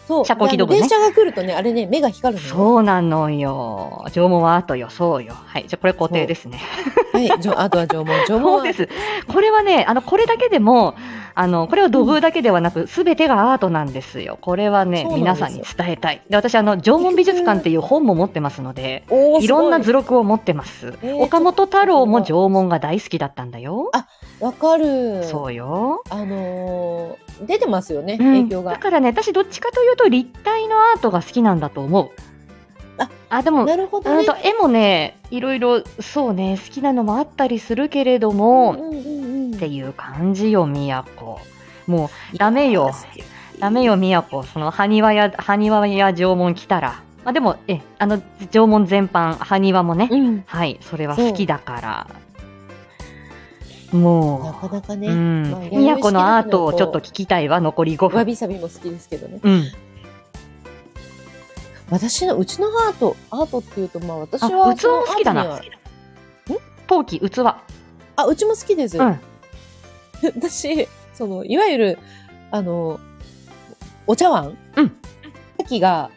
Speaker 1: そう。
Speaker 2: 車高軌道部
Speaker 1: で
Speaker 2: ね
Speaker 1: あの電車が来るとね、あれね、目が光るのよ。
Speaker 2: そうなのよ。縄文はアートよ。そうよ。はい。じゃあ、これ固定ですね。
Speaker 1: はい、じょあとは縄文、縄文
Speaker 2: (laughs) そう
Speaker 1: は。
Speaker 2: です。これはね、あの、これだけでも、あの、これは土偶だけではなく、すべてがアートなんですよ。これはね、
Speaker 1: そうなんで
Speaker 2: 皆
Speaker 1: す
Speaker 2: さんに伝えたい。で、私、あの、縄文美術館っていう本も持ってますので、
Speaker 1: おー
Speaker 2: いろんな
Speaker 1: す
Speaker 2: 図録を持ってます。
Speaker 1: えー
Speaker 2: 岡本太郎も縄文が大好きだったんだよ。
Speaker 1: ごいわかる。
Speaker 2: そうよ。
Speaker 1: あのー出てますよね、
Speaker 2: うん
Speaker 1: 影響
Speaker 2: だ
Speaker 1: が。
Speaker 2: からね、私、どっちかというと、立体のアートが好きなんだと思う
Speaker 1: あ。
Speaker 2: あ、でも、
Speaker 1: なるほど
Speaker 2: うん
Speaker 1: ね
Speaker 2: と。絵もね、いろいろ、そうね、好きなのもあったりするけれども、
Speaker 1: うんうんうんうん
Speaker 2: っていう感じよ、宮古。もう、ダメよ。ダメよ、宮古。その、埴輪や、埴輪や縄文来たら。まあ、でも、え、あの、縄文全般、埴輪もね、
Speaker 1: うん。
Speaker 2: はい、それは好きだから。も
Speaker 1: なかなか
Speaker 2: う、
Speaker 1: ね、
Speaker 2: うん
Speaker 1: まあ、
Speaker 2: 宮古のアートをちょっと聞きたいわ、残り5
Speaker 1: わ
Speaker 2: 分。
Speaker 1: びさびも好きですけどね。
Speaker 2: うん。
Speaker 1: 私の、うちのアート、アートっていうと、まあ私
Speaker 2: あ、器
Speaker 1: は、
Speaker 2: も好きだ
Speaker 1: そのア
Speaker 2: な
Speaker 1: ートには。
Speaker 2: 陶器、器。
Speaker 1: あ、うちも好きです。
Speaker 2: うん。
Speaker 1: (laughs) 私、その、いわゆる、あの、お茶碗
Speaker 2: うん
Speaker 1: さっきが、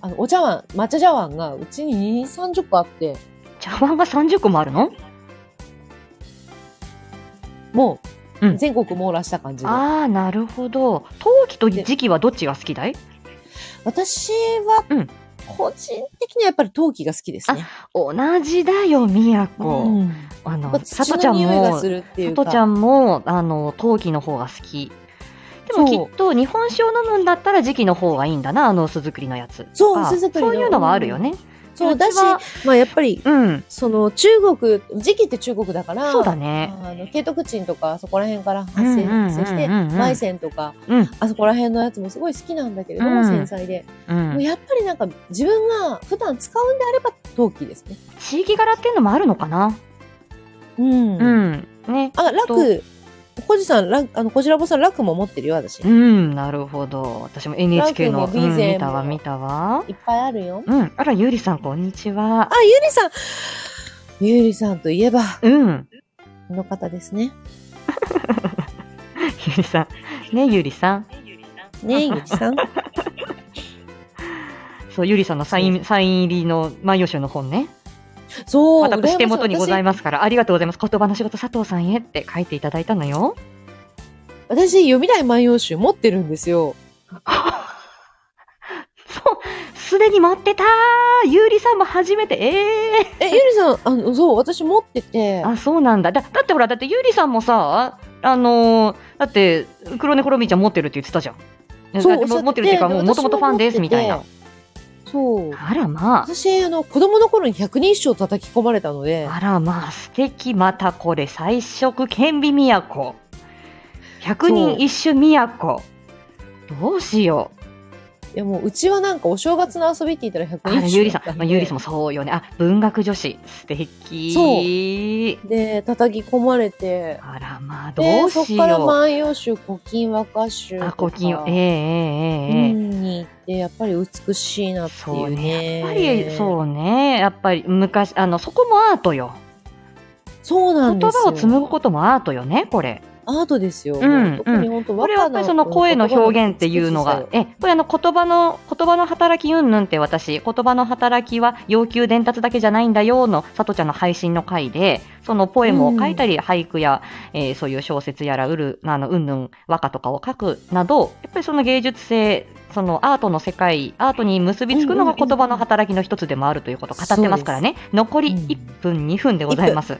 Speaker 1: あの、お茶碗、抹茶茶碗が、うちに2、30個あって、
Speaker 2: 茶碗が30個もあるの
Speaker 1: もう、
Speaker 2: うん
Speaker 1: 全国網羅した感じで。
Speaker 2: ああ、なるほど。陶器と時期はどっちが好きだい
Speaker 1: 私は、
Speaker 2: うん
Speaker 1: 個人的にはやっぱり陶器が好きですね。
Speaker 2: 同じだよ、宮古。
Speaker 1: うん
Speaker 2: あ
Speaker 1: やっぱ
Speaker 2: の、さ
Speaker 1: 土
Speaker 2: とちゃ
Speaker 1: の
Speaker 2: ん
Speaker 1: 匂いが
Speaker 2: も、
Speaker 1: す
Speaker 2: さ
Speaker 1: るっていうか。
Speaker 2: とちゃんも、あの、陶器の方が好き。でもき
Speaker 1: そう
Speaker 2: っと、日本酒を飲むんだったら時期の方がいいんだな、あの酢作りのやつ。
Speaker 1: そう
Speaker 2: とか
Speaker 1: 酢作りの
Speaker 2: そういうのはあるよね。
Speaker 1: そうだし
Speaker 2: うちは、
Speaker 1: まあやっぱり、
Speaker 2: うん。
Speaker 1: その中国、時期って中国だから、
Speaker 2: そうだね。
Speaker 1: あの、ケトクチンとか、そこら辺から発生、
Speaker 2: うんうんうんうん
Speaker 1: 発生して、マイセンとか、
Speaker 2: うん。
Speaker 1: あそこら辺のやつもすごい好きなんだけれども、
Speaker 2: うん
Speaker 1: 繊細で。
Speaker 2: う。
Speaker 1: もうんやっぱりなんか、自分が普段使うんであれば陶器ですね。
Speaker 2: 地域柄っていうのもあるのかな。
Speaker 1: うん
Speaker 2: うん。ね。
Speaker 1: あ、楽、コジさん、楽あの、コジラボさん、楽も持ってるよ、私。
Speaker 2: う
Speaker 1: いっ
Speaker 2: ん、なるほど。私も NHK の、
Speaker 1: ラ
Speaker 2: う
Speaker 1: グも
Speaker 2: ん、
Speaker 1: ビゼも
Speaker 2: 見たわ、見たわ。
Speaker 1: ぱいあるよ。
Speaker 2: うん。あら、ゆうりさん、こんにちは
Speaker 1: あ。、ゆりさんゆりさんといえば、
Speaker 2: うん。
Speaker 1: この方ですね。
Speaker 2: ゆりさん。ね、ゆりさん。
Speaker 1: ね、ゆりさ
Speaker 2: (laughs)
Speaker 1: ん。
Speaker 2: そう、ゆりさんのサイン、サイン入りの万葉集の本ね。
Speaker 1: そう、
Speaker 2: 私手元にござい
Speaker 1: ま
Speaker 2: ますから、ありがとうございます。言葉の仕事佐藤さんへって書いていただいたのよ。
Speaker 1: 私、私読みたい万葉集持ってるんですよ。
Speaker 2: そう、すでに持ってたゆうりさんも初めて、ええ
Speaker 1: え、ゆりさん、あの、そう、私持ってて、
Speaker 2: あ、そうなんだ。だ、だってほら、だってゆうりさんもさ、あのーだって、黒猫ロミーちゃん持ってるって言ってたじゃん。
Speaker 1: そう
Speaker 2: だ
Speaker 1: お
Speaker 2: って
Speaker 1: っしゃってて
Speaker 2: も持ってるっていうか、もう
Speaker 1: 私も
Speaker 2: もともとファンですみたい
Speaker 1: 持
Speaker 2: な
Speaker 1: っ。そう。
Speaker 2: あらま
Speaker 1: 私、あの、子供の頃に百人一首を叩き込まれたので
Speaker 2: あ、、あらまあ、素敵。またこれ、彩色顕微都。百人一首都。どうしよう。
Speaker 1: いやもう、うちはなんかお正月の遊びって言ったら百
Speaker 2: あ
Speaker 1: 人一首。
Speaker 2: ゆうりさん、まあ、ゆうりさ
Speaker 1: ん。
Speaker 2: んもそうよね。あ、文学女子、素敵。
Speaker 1: で、叩き込まれて、
Speaker 2: あら、まあ、
Speaker 1: で
Speaker 2: どう
Speaker 1: そ
Speaker 2: し
Speaker 1: こから
Speaker 2: よ
Speaker 1: 万葉集、古今和歌集
Speaker 2: う。
Speaker 1: とか。
Speaker 2: あ、古今を、ええええええ
Speaker 1: うんに行って、やっぱり美しいなってい
Speaker 2: そう
Speaker 1: う
Speaker 2: ね。
Speaker 1: ね。
Speaker 2: やっぱり、そうね。やっぱり、昔、あの、そこもアートよ。
Speaker 1: そうなん
Speaker 2: 言
Speaker 1: です
Speaker 2: 葉
Speaker 1: よ。
Speaker 2: を紡ぐこともアートよね、これ。
Speaker 1: アートですよ。
Speaker 2: うん
Speaker 1: も特に本当、
Speaker 2: これはやっぱりその声の表現っていうのが、え、これあの言葉の、言葉の働きうんぬんって私、言葉の働きは要求伝達だけじゃないんだよの、さとちゃんの配信の回で、そのポエムを書いたり、俳句や、えーそういう小説やら、うる、あの、うんぬん、和歌とかを書くなど、やっぱりその芸術性、そのアートの世界、アートに結びつくのが言葉の働きの一つでもあるということを語ってますからね。残り
Speaker 1: うん
Speaker 2: 1分、2分でございます。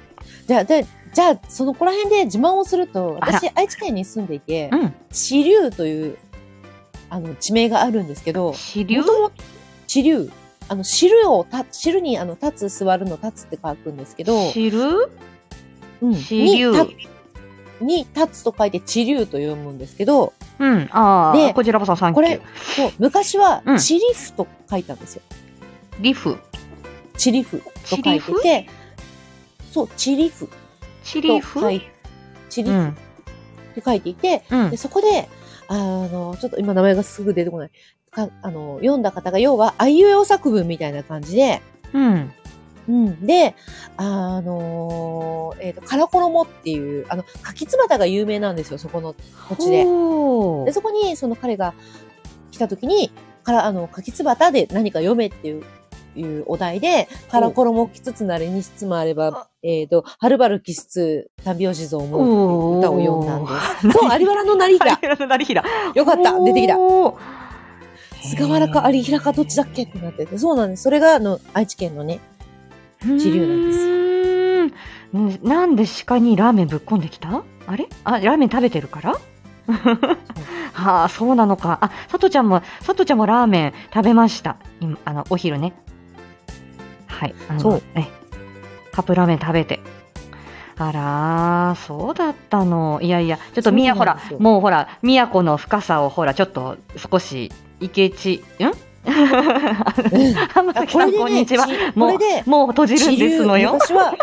Speaker 1: じゃあ、で、じゃあ、そのこら辺で自慢をすると、
Speaker 2: あら
Speaker 1: 私、愛知県に住んでいて
Speaker 2: う、ん。
Speaker 1: 地流という、あの、地名があるんですけど、
Speaker 2: 支流
Speaker 1: 元々地流。あの、汁をた、汁に、あの、立つ、座るの立つって書くんですけど、
Speaker 2: 支流
Speaker 1: うん
Speaker 2: 支流
Speaker 1: に立に立つと書いて地流と読むんですけど、
Speaker 2: うん。ああ、
Speaker 1: で
Speaker 2: こちらこそサンキ
Speaker 1: こ
Speaker 2: ュ
Speaker 1: れ
Speaker 2: ー。、
Speaker 1: そう昔は
Speaker 2: うん
Speaker 1: チリフと書いたんですよ。
Speaker 2: リフ。
Speaker 1: チリフと書いてて、そう、チリフ
Speaker 2: チリ
Speaker 1: と
Speaker 2: フ
Speaker 1: 書いて、チリ
Speaker 2: う
Speaker 1: フ
Speaker 2: ん。
Speaker 1: って書いていて、
Speaker 2: うん
Speaker 1: で。そこで、あの、ちょっと今名前がすぐ出てこない。かあの読んだ方が、要は、あいうえお作文みたいな感じで、
Speaker 2: うん。
Speaker 1: うん、で、あのえっ、と、カラコロモっていう、あの、柿つばたが有名なんですよ、そこの土地で。
Speaker 2: ほう
Speaker 1: で、そこに、その彼が来た時に、から、あの、柿つばたで何か読めっていう、いうお題で、からころもきつつなれにしつもあれば、えっ、と、はるばるきしつ、旅をしぞうも、歌を読んだんです。そう、有原の成
Speaker 2: (laughs) ア
Speaker 1: 平。
Speaker 2: リラの成平。
Speaker 1: よかった、出てきた。
Speaker 2: おー。
Speaker 1: 菅原か有平かどっちだっけってなってて、そうなんです。それが、あの、愛知県の
Speaker 2: (laughs)
Speaker 1: ね、
Speaker 2: 治
Speaker 1: 流なんです
Speaker 2: ですん。なんで鹿にラーメンぶっこんできたあれあ、ラーメン食べてるからはあ、そうなのか。あ、さとちゃんも、さとちゃんもラーメン食べました。今、あの、お昼ね。はい。あの
Speaker 1: そう。
Speaker 2: えカップラーメン食べて。あらー、そうだったの。いやいや、ちょっとみや、
Speaker 1: そ
Speaker 2: ほ
Speaker 1: うなん
Speaker 2: ら
Speaker 1: ですよ、
Speaker 2: もうほら、宮古の深さをほら、ちょっと少し、池地、ん (laughs) 浜
Speaker 1: あ
Speaker 2: 崎さん、こんにちは。
Speaker 1: こ
Speaker 2: も
Speaker 1: れ
Speaker 2: う
Speaker 1: で、、
Speaker 2: もう閉じるんですのよ。
Speaker 1: 私は、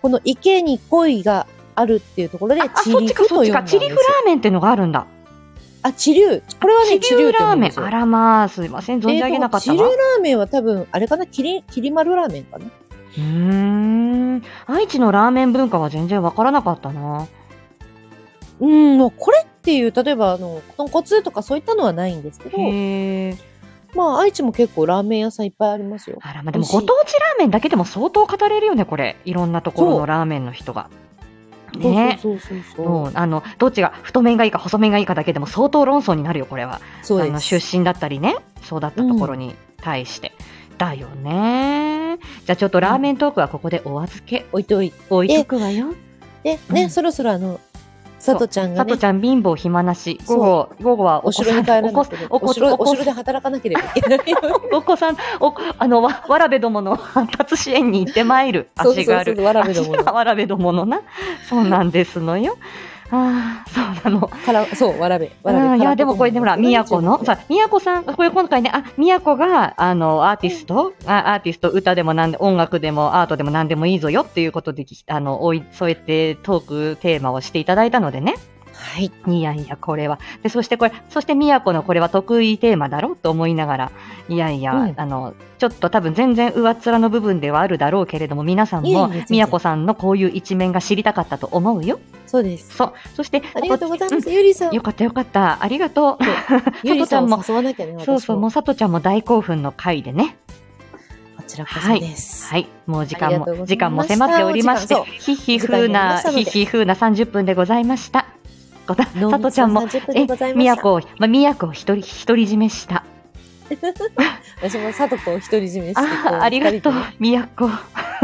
Speaker 1: この池に恋があるっていうところで
Speaker 2: あ、、あ
Speaker 1: チ
Speaker 2: そっ
Speaker 1: リ
Speaker 2: ち
Speaker 1: フ
Speaker 2: か、
Speaker 1: と
Speaker 2: そっ
Speaker 1: 呼
Speaker 2: ち
Speaker 1: んだ
Speaker 2: か。
Speaker 1: んです
Speaker 2: チリフラーメンってのがあるんだ。
Speaker 1: あ、チリュー。これはね、
Speaker 2: チ
Speaker 1: チ
Speaker 2: リ
Speaker 1: リ
Speaker 2: ュ
Speaker 1: ュ
Speaker 2: ー
Speaker 1: ー
Speaker 2: ラーメン。あ
Speaker 1: ら、
Speaker 2: らまあ、すいません。存じ上げなかった
Speaker 1: えーとチリュ
Speaker 2: わ
Speaker 1: ー。ラーメンは多分、あれかな、きり、きり丸ラーメンかな。
Speaker 2: うーん。愛知のラーメン文化は全然わからなかったな。
Speaker 1: うん、もうこれっていう、例えば、あの、豚骨とかそういったのはないんですけど、
Speaker 2: へえ。
Speaker 1: まあ、愛知も結構ラーメン屋さんいっぱいありますよ。
Speaker 2: あらまあ、でも
Speaker 1: 美味しい
Speaker 2: ご当地ラーメンだけでも相当語れるよね、これ。いろんなところのラーメンの人が。ね。
Speaker 1: そうそうそうそ
Speaker 2: も
Speaker 1: う。
Speaker 2: うあのどっちが太麺がいいか細麺がいいかだけでも相当論争になるよこれは
Speaker 1: そう
Speaker 2: あ
Speaker 1: で
Speaker 2: の
Speaker 1: す。
Speaker 2: 出身だったりねそうだったところに対して、だよねじゃあちょっとラーメントークはここでお預け
Speaker 1: 置いとい
Speaker 2: 置いとくわよ
Speaker 1: て、
Speaker 2: う
Speaker 1: ね、
Speaker 2: ん
Speaker 1: そろそろあの、さとちゃんが
Speaker 2: さ
Speaker 1: ね
Speaker 2: と、ちゃん貧乏暇なし午後午後は
Speaker 1: お
Speaker 2: お子
Speaker 1: 城
Speaker 2: さ
Speaker 1: に
Speaker 2: ん
Speaker 1: 帰らな
Speaker 2: お子
Speaker 1: いとね
Speaker 2: お子
Speaker 1: お城、
Speaker 2: お子
Speaker 1: お城で働かなければいけない。
Speaker 2: お子さんおあのわわらべどもの発達支援に行ってまいる
Speaker 1: (laughs) そうそう
Speaker 2: (laughs) 足
Speaker 1: そう
Speaker 2: がある
Speaker 1: わらべどもの
Speaker 2: 足がわらべどものなそうなんですのよああそうなの
Speaker 1: から、そう、わらべ。わら
Speaker 2: う
Speaker 1: べ。
Speaker 2: ん、いや、でもこれでほら、宮古の、
Speaker 1: さ、
Speaker 2: さ、宮古さん、これ今回ね、あ、宮古が、あの、アーティスト、あアーティスト、歌でもなんで、音楽でもアートでもなんでもいいぞよっていうことで、あの、おい、そうやってトークテーマをしていただいたのでね。
Speaker 1: はい。
Speaker 2: いやいや、これは。で、そしてこれ、そして宮古のこれは得意テーマだろうと思いながら、いやいや、
Speaker 1: うん
Speaker 2: あの、ちょっと多分全然上っ面の部分ではあるだろうけれども、皆さん
Speaker 1: いえいえ
Speaker 2: も
Speaker 1: 全然、
Speaker 2: 宮古さんのこういう一面が知りたかったと思うよ。
Speaker 1: そうです。
Speaker 2: そう。そして、
Speaker 1: ありがとうござい
Speaker 2: こ
Speaker 1: ま
Speaker 2: こ
Speaker 1: す。ゆりさ
Speaker 2: うん
Speaker 1: ん。
Speaker 2: よかったよかった。ありがとう。
Speaker 1: ゆりさん
Speaker 2: さとちゃん
Speaker 1: も
Speaker 2: も
Speaker 1: 誘わなきゃね、私
Speaker 2: そうそう、もう
Speaker 1: も。
Speaker 2: さとちゃんも大興奮の回でね。
Speaker 1: こちらこそです。
Speaker 2: はい。もう時
Speaker 1: あり
Speaker 2: 間
Speaker 1: がとうござ
Speaker 2: も、
Speaker 1: いました
Speaker 2: 時間も迫っておりまして
Speaker 1: お時間、
Speaker 2: ひひふうな、
Speaker 1: お時間
Speaker 2: ひ
Speaker 1: になりましたので
Speaker 2: ひふうな30分でございました。ごた
Speaker 1: 濃
Speaker 2: さ
Speaker 1: 密な
Speaker 2: とちゃんも、
Speaker 1: 30分で
Speaker 2: え
Speaker 1: ござい、ま
Speaker 2: 宮
Speaker 1: した
Speaker 2: 古を、まあ、宮古を一人、独り占めした。
Speaker 1: 私もさとこを独り占めして
Speaker 2: あ
Speaker 1: こう
Speaker 2: あ、ありがと
Speaker 1: 二人
Speaker 2: う
Speaker 1: でね、
Speaker 2: 宮古。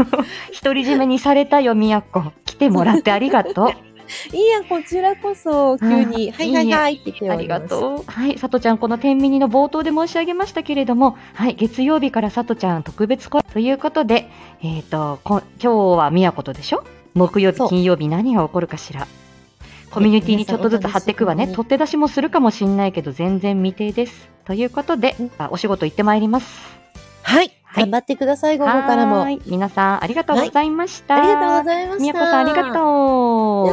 Speaker 2: (laughs) 独り占めにされたよ、宮古。来てもらってありがと
Speaker 1: いいや、こちらこそ、急に、はいはいはいって言って終
Speaker 2: う。あ
Speaker 1: わ
Speaker 2: り
Speaker 1: りま
Speaker 2: が
Speaker 1: す。
Speaker 2: とう。はい、さとちゃん、この天ミニの冒頭で申し上げましたけれども、はい、月曜日からさとちゃん特別コということで、えっ、と、こ今日は宮古とでしょ木曜日
Speaker 1: そ、う
Speaker 2: 金曜日何が起こるかしら。コミュニティにちょっとずつ貼っていくわね。
Speaker 1: 皆さんお楽しみに
Speaker 2: 取って出しもするかもしんないけど、全然未定です。ということで
Speaker 1: うん、
Speaker 2: あお仕事行ってまいります。
Speaker 1: はい。
Speaker 2: はい
Speaker 1: 頑張ってください、午後からも。
Speaker 2: は
Speaker 1: あ
Speaker 2: ー
Speaker 1: り
Speaker 2: い皆さん、ありがとうございました。
Speaker 1: がとうございました。
Speaker 2: 宮古さん、ありがとう。